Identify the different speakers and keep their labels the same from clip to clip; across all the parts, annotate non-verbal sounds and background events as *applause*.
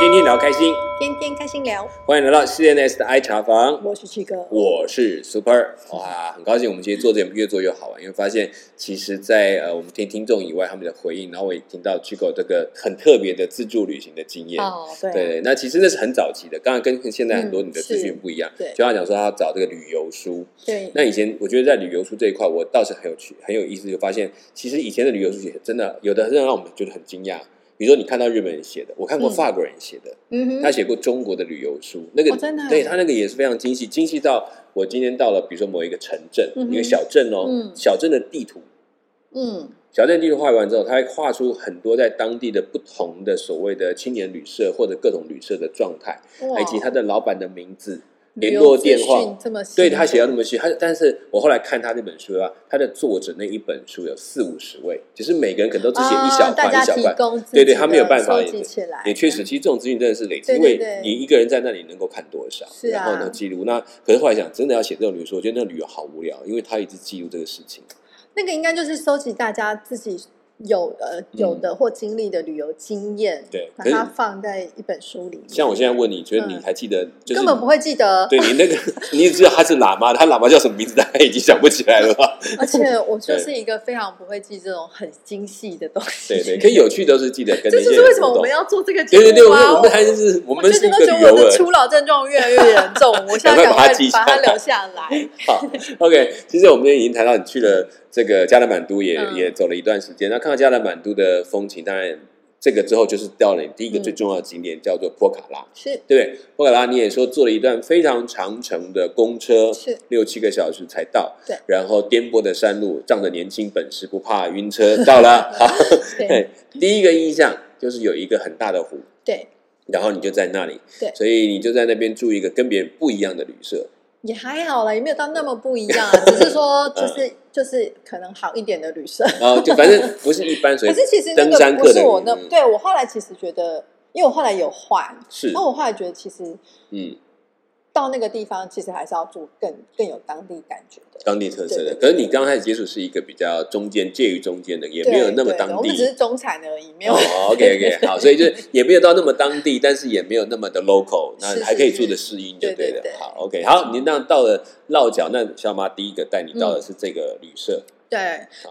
Speaker 1: 天天聊开心，
Speaker 2: 天天开心聊，
Speaker 1: 欢迎来到 CNS 的 I 茶房，
Speaker 2: 我是七哥，
Speaker 1: 我是 Super，哇，很高兴我们其实做这个越做越好玩，因为发现其实在，呃我们听听众以外他们的回应，然后我也听到 Chico 这个很特别的自助旅行的经验。
Speaker 2: 哦，对啊，
Speaker 1: 对，那其实那是很早期的，刚刚跟现在很多你的资
Speaker 2: 嗯是
Speaker 1: 讯不一样。
Speaker 2: 对
Speaker 1: 就像讲说他找这个旅游书，
Speaker 2: 对，
Speaker 1: 那以前我觉得在旅游书这一块，我倒是很有趣、很有意思，就发现其实以前的旅游书写真的有的真的让我们觉得很惊讶。比如说你看到日本人写的，我看过
Speaker 2: 嗯
Speaker 1: 法国人写的，
Speaker 2: 嗯
Speaker 1: 他
Speaker 2: 哼，
Speaker 1: 写过中国的旅游书，那个、
Speaker 2: 哦真的啊
Speaker 1: 对他那个也是非常精细，精细到我今天到了，比如说某一个城镇，
Speaker 2: 嗯哼
Speaker 1: 一个小镇哦，
Speaker 2: 嗯
Speaker 1: 小镇的地图，
Speaker 2: 嗯，
Speaker 1: 小镇地图画完之后，他会画出很多在当地的不同的所谓的青年旅社或者各种旅社的状态，
Speaker 2: 哇
Speaker 1: 以及他的老板的名字，
Speaker 2: 旅游
Speaker 1: 联络电话
Speaker 2: 资讯这么细
Speaker 1: 对他写到那么细，他但是我后来看他那本书啊，他的作者那一本书有四五十位，只是每个人可能都只写一小
Speaker 2: 啊
Speaker 1: 块、
Speaker 2: 大家
Speaker 1: 一小
Speaker 2: 提
Speaker 1: 块。
Speaker 2: 供自
Speaker 1: 对对
Speaker 2: 己
Speaker 1: 他没有
Speaker 2: 的
Speaker 1: 办法
Speaker 2: 收
Speaker 1: 也
Speaker 2: 集
Speaker 1: 是
Speaker 2: 起来，嗯
Speaker 1: 也确实，其实这种资讯真的是累积，
Speaker 2: 对
Speaker 1: 因
Speaker 2: 对
Speaker 1: 为
Speaker 2: 对
Speaker 1: 你一个人在那里能够看多少，
Speaker 2: 是啊
Speaker 1: 然后呢记录。那可是后来想，真的要写这种旅游书，我觉得那旅游好无聊，因为他一直记录这个事情。
Speaker 2: 那个应该就是收集大家自己有呃有的或经历的旅游经验，
Speaker 1: 嗯对
Speaker 2: 把
Speaker 1: 可是
Speaker 2: 它放在一本书里面。
Speaker 1: 像我现在问你，觉得
Speaker 2: 嗯
Speaker 1: 你还记得？就是
Speaker 2: 根本不会记得，
Speaker 1: *laughs* 对你那个，你也知道他是喇嘛，他喇嘛叫什么名字，大家已经想不起来了
Speaker 2: *laughs*
Speaker 1: 吧？
Speaker 2: 而且
Speaker 1: *laughs*
Speaker 2: 我就是一个非常不会记这种很精细的东西。
Speaker 1: 对对，可以有趣都是记得跟
Speaker 2: 这
Speaker 1: 那些
Speaker 2: 就是
Speaker 1: 人
Speaker 2: 为什么
Speaker 1: 互
Speaker 2: 我
Speaker 1: 动
Speaker 2: 们。要做这个节
Speaker 1: 对
Speaker 2: 目
Speaker 1: 对
Speaker 2: 啊！
Speaker 1: 对，我们我
Speaker 2: 我
Speaker 1: 们还是我
Speaker 2: 我
Speaker 1: 们是
Speaker 2: 最
Speaker 1: 一
Speaker 2: 近都
Speaker 1: 个欸
Speaker 2: 觉
Speaker 1: 旅
Speaker 2: 得我
Speaker 1: 游
Speaker 2: 的
Speaker 1: 人。
Speaker 2: 初老症状越来越严
Speaker 1: *laughs*
Speaker 2: 重，我现在
Speaker 1: 赶快
Speaker 2: 赶
Speaker 1: 把它
Speaker 2: 快
Speaker 1: 记下
Speaker 2: 把它
Speaker 1: 来
Speaker 2: 留下
Speaker 1: *laughs*
Speaker 2: 来。 *laughs*
Speaker 1: 好，OK，其实我们今天已经谈到你去了这个加勒满都也，也、
Speaker 2: 嗯
Speaker 1: 走了一段时间。那看到加勒满都的风情，当然这个之后就是到了你第一个最重要的景点，叫做波卡拉，
Speaker 2: 是
Speaker 1: 对不对？波卡拉你也说坐了一段非常长程的公车，
Speaker 2: 是
Speaker 1: 六七个小时才到，
Speaker 2: 对
Speaker 1: 然后颠簸的山路，仗着年轻本事不怕晕车， *laughs* 到了。好，
Speaker 2: *laughs* 对
Speaker 1: 第一个印象就是有一个很大的湖，
Speaker 2: 对，
Speaker 1: 然后你就在那里，
Speaker 2: 对
Speaker 1: 所以你就在那边住一个跟别人不一样的旅社，
Speaker 2: 也还好啦，也没有到那么不一样啊，只是
Speaker 1: 嗯
Speaker 2: 说就是就是可能好一点的旅社。
Speaker 1: 然后就反正不是一般，所以
Speaker 2: *laughs* 可是其实那
Speaker 1: 登山
Speaker 2: 个
Speaker 1: 客
Speaker 2: 不
Speaker 1: 的
Speaker 2: 是我那
Speaker 1: 嗯，
Speaker 2: 对我后来其实觉得，因为我后来有换，
Speaker 1: 是
Speaker 2: 那我后来觉得其实
Speaker 1: 嗯，
Speaker 2: 到那个地方其实还是要住更更有当地感觉的。
Speaker 1: 当地特色的。
Speaker 2: 对对对
Speaker 1: 可是你刚开始接触是一个比较中间介于中间的，也
Speaker 2: 对
Speaker 1: 没有那么
Speaker 2: 对对
Speaker 1: 当
Speaker 2: 我们只
Speaker 1: 地
Speaker 2: 是。中产而已，没有
Speaker 1: 哦。，OK
Speaker 2: *laughs*
Speaker 1: OK，好，所以就是也没有到那么当地，但是也没有那么的 local，那还可以住的适应就对了
Speaker 2: 是是是对对。对
Speaker 1: 好，OK，好，你那到了落脚，那小妈第一个带你到
Speaker 2: 嗯
Speaker 1: 的是这个旅社，
Speaker 2: 对，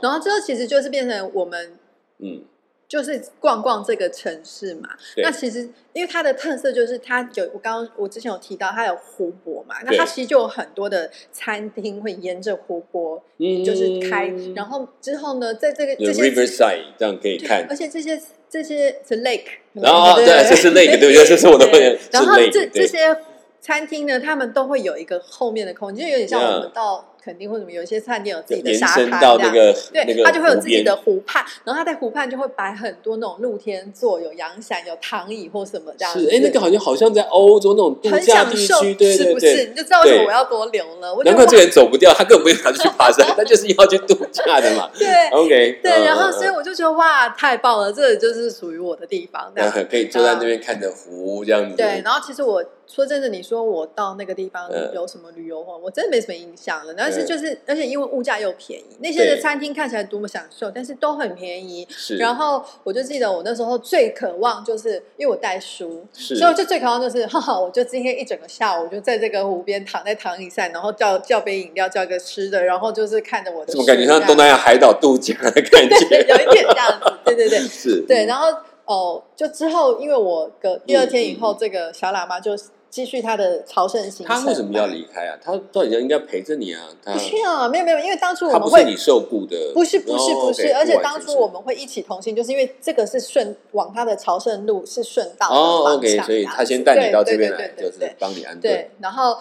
Speaker 2: 然后之后其实就是变成我们
Speaker 1: 嗯，
Speaker 2: 就是逛逛这个城市嘛。
Speaker 1: 对
Speaker 2: 那其实因为它的特色就是它有我刚刚我之前有提到它有湖泊嘛，那
Speaker 1: 对
Speaker 2: 它其实就有很多的餐厅会沿着湖泊
Speaker 1: 嗯
Speaker 2: 就是开，然后之后呢，在这个
Speaker 1: 有
Speaker 2: 这些
Speaker 1: Riverside 这样可以看
Speaker 2: 而，且这些这些是 lake，嗯
Speaker 1: 然后
Speaker 2: 对
Speaker 1: 对，这是 lake，对不对？这是我的朋友，是
Speaker 2: 然后
Speaker 1: lake，
Speaker 2: 这
Speaker 1: 对
Speaker 2: 这些餐厅呢，他们都会有一个后面的空间，就有点像我们到垦丁或什么，有一些饭店有自己的
Speaker 1: 嗯延
Speaker 2: 沙
Speaker 1: 伸
Speaker 2: 滩
Speaker 1: 到
Speaker 2: 这
Speaker 1: 那
Speaker 2: 样。
Speaker 1: 个那
Speaker 2: 对，
Speaker 1: 个
Speaker 2: 它就会有自
Speaker 1: 湖
Speaker 2: 己
Speaker 1: 边
Speaker 2: 的湖畔，然后它在湖畔就会摆很多那种露天座，有阳伞、有躺椅或什么这样子。
Speaker 1: 是，哎，那个好像好像在欧洲那种度
Speaker 2: 很
Speaker 1: 假
Speaker 2: 享
Speaker 1: 地
Speaker 2: 受，
Speaker 1: 区，对
Speaker 2: 是
Speaker 1: 对
Speaker 2: 不是？
Speaker 1: 对。
Speaker 2: 你就知道为什么
Speaker 1: 对
Speaker 2: 我要多留了。我觉
Speaker 1: 难怪
Speaker 2: 得哇
Speaker 1: 这个人走不掉，他根本没有想
Speaker 2: *laughs*
Speaker 1: 去爬山，他就是要去度假的嘛。
Speaker 2: 对
Speaker 1: OK，
Speaker 2: 对，
Speaker 1: 嗯
Speaker 2: 然后
Speaker 1: 嗯
Speaker 2: 所以
Speaker 1: 嗯
Speaker 2: 我就觉得哇，太棒了，这里就是属于我的地方。这样
Speaker 1: 然后嗯可以坐在那边看着湖这样子。
Speaker 2: 对，然后其实我说真的，你说我到那个地方
Speaker 1: 嗯
Speaker 2: 有什么旅游哦，我真的没什么印象了。但是
Speaker 1: 嗯
Speaker 2: 就是，而且因为物价又便宜，那些
Speaker 1: 对
Speaker 2: 的餐厅看起来多么享受，但是都很便宜。
Speaker 1: 是，
Speaker 2: 然后我就记得我那时候最渴望就是，因为我带书，
Speaker 1: 是
Speaker 2: 所以我就最渴望就是，哈哈，我就今天一整个下午我就在这个湖边躺在躺椅上，然后叫叫杯饮料，叫一个吃的，然后就是看着我
Speaker 1: 怎
Speaker 2: 的书
Speaker 1: 么
Speaker 2: 这
Speaker 1: 感
Speaker 2: 样，
Speaker 1: 觉像东南亚海岛度假的感
Speaker 2: 对，
Speaker 1: 觉？
Speaker 2: 有一点这样子，对对对。
Speaker 1: *laughs* 是，
Speaker 2: 对，然后哦，就之后因为我隔第二天以后，
Speaker 1: 嗯
Speaker 2: 这个小喇嘛就继续他的朝圣行程。
Speaker 1: 他为什么要？离开啊？他到底应该陪着你啊？他
Speaker 2: 不是啊，没有没有，因为当初
Speaker 1: 他
Speaker 2: 我们
Speaker 1: 不是
Speaker 2: 会。
Speaker 1: 你受雇的，
Speaker 2: 不是不是
Speaker 1: 哦
Speaker 2: 不是，
Speaker 1: ，OK，
Speaker 2: 而且
Speaker 1: 不完
Speaker 2: 当
Speaker 1: 全
Speaker 2: 初
Speaker 1: 是
Speaker 2: 我们会一起同行，就是因为这个是顺往他的朝圣路是顺道的
Speaker 1: 哦
Speaker 2: 方
Speaker 1: ，OK，
Speaker 2: 向
Speaker 1: 所以
Speaker 2: 这样
Speaker 1: 他
Speaker 2: 子
Speaker 1: 先带你
Speaker 2: 对
Speaker 1: 到
Speaker 2: 对
Speaker 1: 这边
Speaker 2: 对
Speaker 1: 来，
Speaker 2: 对
Speaker 1: 就
Speaker 2: 对
Speaker 1: 是帮你安顿。
Speaker 2: 对，然后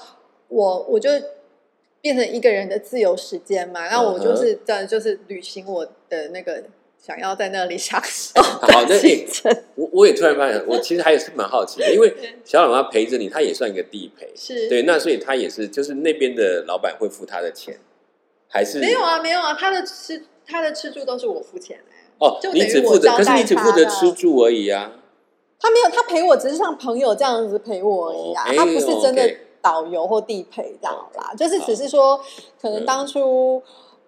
Speaker 2: 我我就变成一个人的自由时间嘛，然后
Speaker 1: 嗯
Speaker 2: 我就是真的就是履行我的那个想要在那里享受
Speaker 1: 哦好那
Speaker 2: 的行程，
Speaker 1: 我我也突然发现，我其实还也是蛮好奇的，
Speaker 2: *laughs*
Speaker 1: 因为小喇嘛陪着你，他也算一个地陪，
Speaker 2: 是
Speaker 1: 对，那所以他也是，就是那边的老板会付他的钱，还是
Speaker 2: 没有？啊，没有啊，他的吃他的吃住都是我付钱的、
Speaker 1: 哦
Speaker 2: 就，等于
Speaker 1: 你只负责，
Speaker 2: 我招
Speaker 1: 可
Speaker 2: 待
Speaker 1: 是
Speaker 2: 他
Speaker 1: 你只负责
Speaker 2: 的
Speaker 1: 吃住而已啊。
Speaker 2: 他没有，他陪我只是像朋友这样子陪我而已啊，
Speaker 1: 哦哎
Speaker 2: 他不是真的
Speaker 1: OK 哦嗯
Speaker 2: 导游或地陪这样啦，就是只是说，可能当初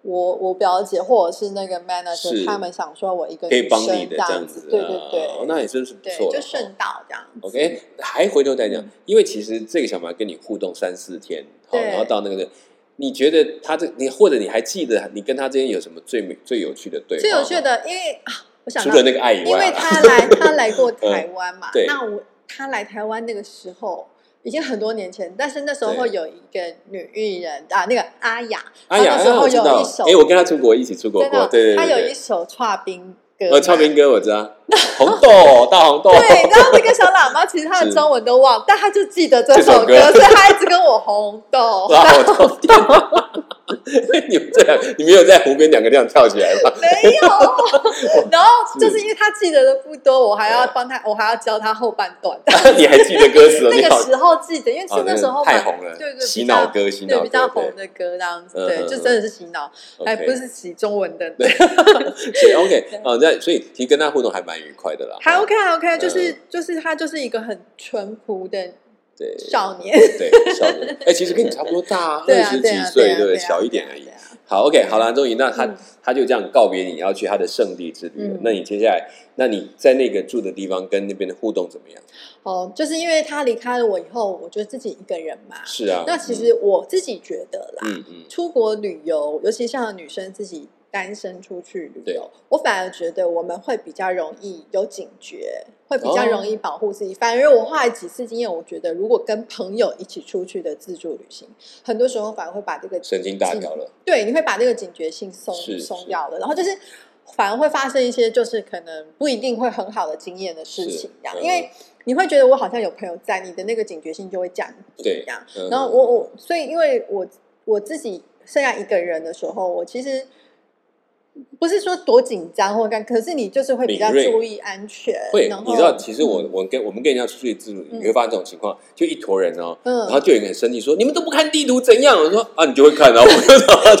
Speaker 2: 我我表姐或者是那个
Speaker 1: 是
Speaker 2: manager 他们想说我一个
Speaker 1: 可以
Speaker 2: 女
Speaker 1: 帮
Speaker 2: 生
Speaker 1: 你的
Speaker 2: 这
Speaker 1: 这
Speaker 2: 样
Speaker 1: 子，
Speaker 2: 对对对，
Speaker 1: 哦那也真是不
Speaker 2: 对
Speaker 1: 错了
Speaker 2: 就嗯
Speaker 1: 哦
Speaker 2: 顺道这样子。
Speaker 1: OK，还回头再讲，因为其实这个小马跟你互动三四天，好，
Speaker 2: 对
Speaker 1: 然后到那个，你觉得他这你或者你还记得你跟他之间有什么最美最有趣的对话？
Speaker 2: 最有趣，的，因为啊，我想
Speaker 1: 除
Speaker 2: 到
Speaker 1: 了那个爱以
Speaker 2: 因
Speaker 1: 外
Speaker 2: 为
Speaker 1: 啊，。
Speaker 2: 他来，他来过台湾嘛
Speaker 1: *laughs* 对
Speaker 2: 那我他来台湾那个时候，已经很多年前，但是那时候
Speaker 1: 对
Speaker 2: 有一个女艺人啊，那个阿雅，
Speaker 1: 哎呀，
Speaker 2: 他那时
Speaker 1: 啊
Speaker 2: 候
Speaker 1: 我知
Speaker 2: 有
Speaker 1: 道
Speaker 2: 一，首
Speaker 1: 哎，我跟他出国一起出国
Speaker 2: 真
Speaker 1: 过，
Speaker 2: 的，
Speaker 1: 对对
Speaker 2: 她
Speaker 1: 对
Speaker 2: 有一
Speaker 1: 对，
Speaker 2: 首《冰歌》嘛。
Speaker 1: 呃，超明哥我知道，红豆大红豆，*laughs*
Speaker 2: 对，然后那个小喇叭其实他
Speaker 1: 是
Speaker 2: 的中文都忘，但他就记得这首
Speaker 1: 这首歌
Speaker 2: 所以他一直跟我
Speaker 1: *laughs*
Speaker 2: 红豆。
Speaker 1: 大红豆，你们这样，你们有在湖边两个这样跳起来
Speaker 2: *laughs*
Speaker 1: 吗？
Speaker 2: 没有， *laughs* 然后
Speaker 1: 是嗯
Speaker 2: 就是因为他记得的不多，我还要帮他，我还要教他后半段。
Speaker 1: 啊你还记得歌词哦？
Speaker 2: 那
Speaker 1: 你好
Speaker 2: 个时候记得，因为
Speaker 1: 哦
Speaker 2: 是那时候
Speaker 1: 个
Speaker 2: 嘛
Speaker 1: 太红了，
Speaker 2: 对对，
Speaker 1: 洗
Speaker 2: 比较
Speaker 1: 脑歌，洗脑
Speaker 2: 对
Speaker 1: 歌
Speaker 2: 比较
Speaker 1: 对
Speaker 2: 红的歌这样子，
Speaker 1: 嗯
Speaker 2: 对
Speaker 1: 嗯，
Speaker 2: 就
Speaker 1: 嗯
Speaker 2: 真的是洗脑，哎，
Speaker 1: OK
Speaker 2: 不是洗中文的，
Speaker 1: 对所以 OK，哦，那所以其实跟他互动还蛮愉快的啦。
Speaker 2: *laughs* 还 OK 还 OK，
Speaker 1: 嗯
Speaker 2: 就是就是他就是一个很淳朴的
Speaker 1: 对
Speaker 2: 少年，
Speaker 1: 对，少
Speaker 2: *laughs*
Speaker 1: 年，哎，其实跟你差不多大啊，
Speaker 2: 对
Speaker 1: 二
Speaker 2: 啊
Speaker 1: 十
Speaker 2: 对
Speaker 1: 几
Speaker 2: 啊
Speaker 1: 岁，
Speaker 2: 对
Speaker 1: 对，
Speaker 2: 啊
Speaker 1: 小一点而已
Speaker 2: 对。啊
Speaker 1: 好，OK，好啦，终于，那他
Speaker 2: 嗯
Speaker 1: 他就这样告别你，要去他的圣地之旅了
Speaker 2: 嗯。
Speaker 1: 那你接下来，那你在那个住的地方跟那边的互动怎么样？
Speaker 2: 哦，就是因为他离开了我以后，我就自己一个人嘛。
Speaker 1: 是啊，
Speaker 2: 那其实我自己觉得啦，
Speaker 1: 嗯，嗯
Speaker 2: 出国旅游，尤其像女生自己单身出去旅
Speaker 1: 嗯对哦
Speaker 2: 游，我反而觉得我们会比较容易有警觉，会比较容易
Speaker 1: 哦
Speaker 2: 保护自己。反而我后来几次经验，我觉得如果跟朋友一起出去的自助旅行，很多时候反而会把这个
Speaker 1: 嗯，神经大条了，
Speaker 2: 对，你会把这个警觉性松
Speaker 1: 是
Speaker 2: 松
Speaker 1: 是
Speaker 2: 掉了，然后就是反而会发生一些就是可能不一定会很好的经验的事
Speaker 1: 是
Speaker 2: 情，这样，
Speaker 1: 嗯
Speaker 2: 因为你会觉得我好像有朋友在，你的那个警觉性就会降低，
Speaker 1: 对
Speaker 2: 这样。
Speaker 1: 嗯
Speaker 2: 然后我我所以因为我我自己剩下一个人的时候，我其实。不是说多紧张或干，可是你就是会比
Speaker 1: 敏
Speaker 2: 较
Speaker 1: 锐
Speaker 2: 注意安全。
Speaker 1: 会
Speaker 2: 然，后
Speaker 1: 你知道，其实我
Speaker 2: 嗯
Speaker 1: 我跟我们跟人家出去自助，
Speaker 2: 嗯
Speaker 1: 你会发现这种情况，就一坨人哦，
Speaker 2: 嗯
Speaker 1: 然后就有一个人生气说：“你们都不看地图怎样？”我说：“啊，你就会看，然后我就
Speaker 2: 对，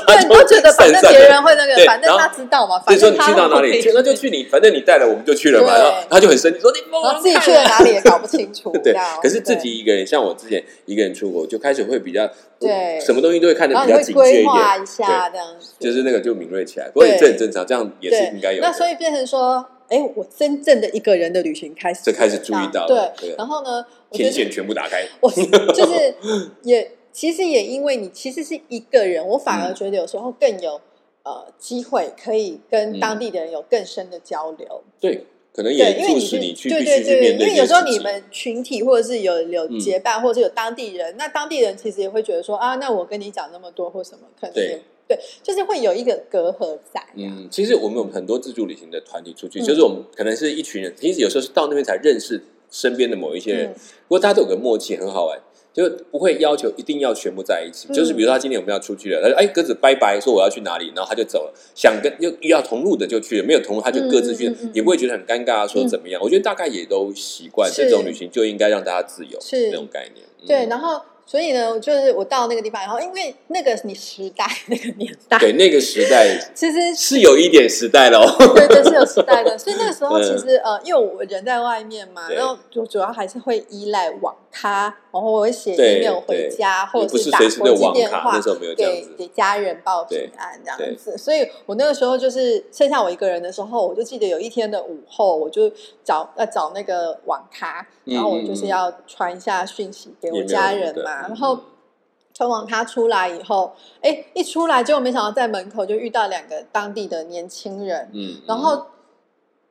Speaker 1: 他 *laughs*
Speaker 2: 你
Speaker 1: 就
Speaker 2: 都觉得反
Speaker 1: 散
Speaker 2: 正
Speaker 1: 散
Speaker 2: 别
Speaker 1: 的
Speaker 2: 人会那
Speaker 1: 对
Speaker 2: 个，反正
Speaker 1: 然后
Speaker 2: 他知道嘛，
Speaker 1: 所
Speaker 2: 反
Speaker 1: 以说
Speaker 2: 正
Speaker 1: 你
Speaker 2: 他
Speaker 1: 去到哪
Speaker 2: 会
Speaker 1: 里，去那就去你，反正你带了我们就去了嘛。
Speaker 2: 对
Speaker 1: 然后他就很生气说你不
Speaker 2: 然后自己
Speaker 1: 看啊
Speaker 2: 去了哪里也搞不清
Speaker 1: *laughs*。
Speaker 2: 楚
Speaker 1: 对
Speaker 2: 这样，
Speaker 1: 可是自
Speaker 2: 对
Speaker 1: 己一个人，像我之前一个人出国，就开始会比较
Speaker 2: 对
Speaker 1: 什么东西都会看得
Speaker 2: 然后
Speaker 1: 比
Speaker 2: 你
Speaker 1: 较
Speaker 2: 会
Speaker 1: 警觉
Speaker 2: 规
Speaker 1: 一
Speaker 2: 划
Speaker 1: 点，
Speaker 2: 一下这样子，
Speaker 1: 就是那个就敏锐起来。不过
Speaker 2: 对
Speaker 1: 这很正常，这样也是
Speaker 2: 对
Speaker 1: 应该有的。
Speaker 2: 那所以变成说，哎，我真正的一个人的旅行开始，
Speaker 1: 这开始注意到了
Speaker 2: 对，
Speaker 1: 对
Speaker 2: 然后呢，我觉
Speaker 1: 天
Speaker 2: 得嗯
Speaker 1: 线全部打开，
Speaker 2: 我就是也其实也因为你其实是一个人，我反
Speaker 1: 嗯
Speaker 2: 而觉得有时候更有。呃，机会可以跟当地的人有更深的交流，
Speaker 1: 对，可能
Speaker 2: 对，
Speaker 1: 嗯也
Speaker 2: 因为
Speaker 1: 促
Speaker 2: 你
Speaker 1: 使
Speaker 2: 是
Speaker 1: 你去
Speaker 2: 对
Speaker 1: 必
Speaker 2: 对
Speaker 1: 须去
Speaker 2: 对，
Speaker 1: 面
Speaker 2: 因
Speaker 1: 对这
Speaker 2: 为
Speaker 1: 些
Speaker 2: 有时候
Speaker 1: 事
Speaker 2: 你
Speaker 1: 情
Speaker 2: 们群体或者是有有
Speaker 1: 嗯
Speaker 2: 结伴，或者是有当地人，那当地人其实也会觉得说啊，那我跟你讲那么多或什么，可能
Speaker 1: 对
Speaker 2: 也对，就是会有一个隔阂在啊，
Speaker 1: 嗯，其实我们有很多自助旅行的团体出去，
Speaker 2: 嗯
Speaker 1: 就是我们可能是一群人，其实有时候是到那边才认识身边的某一些人。
Speaker 2: 嗯
Speaker 1: 不过大家都有个默契，很好玩，就是不会要求一定要全部在一起。
Speaker 2: 嗯
Speaker 1: 就是比如说他今天我们要出去了，他说：“哎，鸽子拜拜，说我要去哪里。”然后他就走了。想跟又要同路的就去了，没有同路他就各自去，
Speaker 2: 嗯嗯嗯嗯
Speaker 1: 也不会觉得很尴尬，说怎么样？我觉得大概也都习惯
Speaker 2: 是
Speaker 1: 这种旅行，就应该让大家自由
Speaker 2: 是
Speaker 1: 那种概念。嗯
Speaker 2: 对，然后所以呢，就是我到那个地方，然后因为那个你时代那个年代，
Speaker 1: 对，那个时代
Speaker 2: 其实
Speaker 1: 是有一点时代
Speaker 2: *laughs*
Speaker 1: 了哦。
Speaker 2: 对对是有时代的，所以那个时候
Speaker 1: 嗯
Speaker 2: 其实呃，因为我人在外面嘛，
Speaker 1: 对
Speaker 2: 然后主主要还是会依赖网咖，然后我会写
Speaker 1: 对
Speaker 2: email 回
Speaker 1: 对
Speaker 2: 家，或
Speaker 1: 也
Speaker 2: 者
Speaker 1: 不是
Speaker 2: 打
Speaker 1: 随
Speaker 2: 国
Speaker 1: 时都有
Speaker 2: 际
Speaker 1: 网
Speaker 2: 电
Speaker 1: 卡，
Speaker 2: 话
Speaker 1: 那时候没有这样
Speaker 2: 给
Speaker 1: 子。
Speaker 2: 给家人报平安这
Speaker 1: 对
Speaker 2: 样子，所以我那个时候就是剩下我一个人的时候，我就记得有一天的午后，我就找要找那个网咖，
Speaker 1: 嗯
Speaker 2: 然后我就是要传一下讯息给我家人嘛，
Speaker 1: 嗯
Speaker 2: 然后传网咖出来以后，哎，一出来结果没想到在门口就遇到两个当地的年轻人，
Speaker 1: 嗯，
Speaker 2: 然后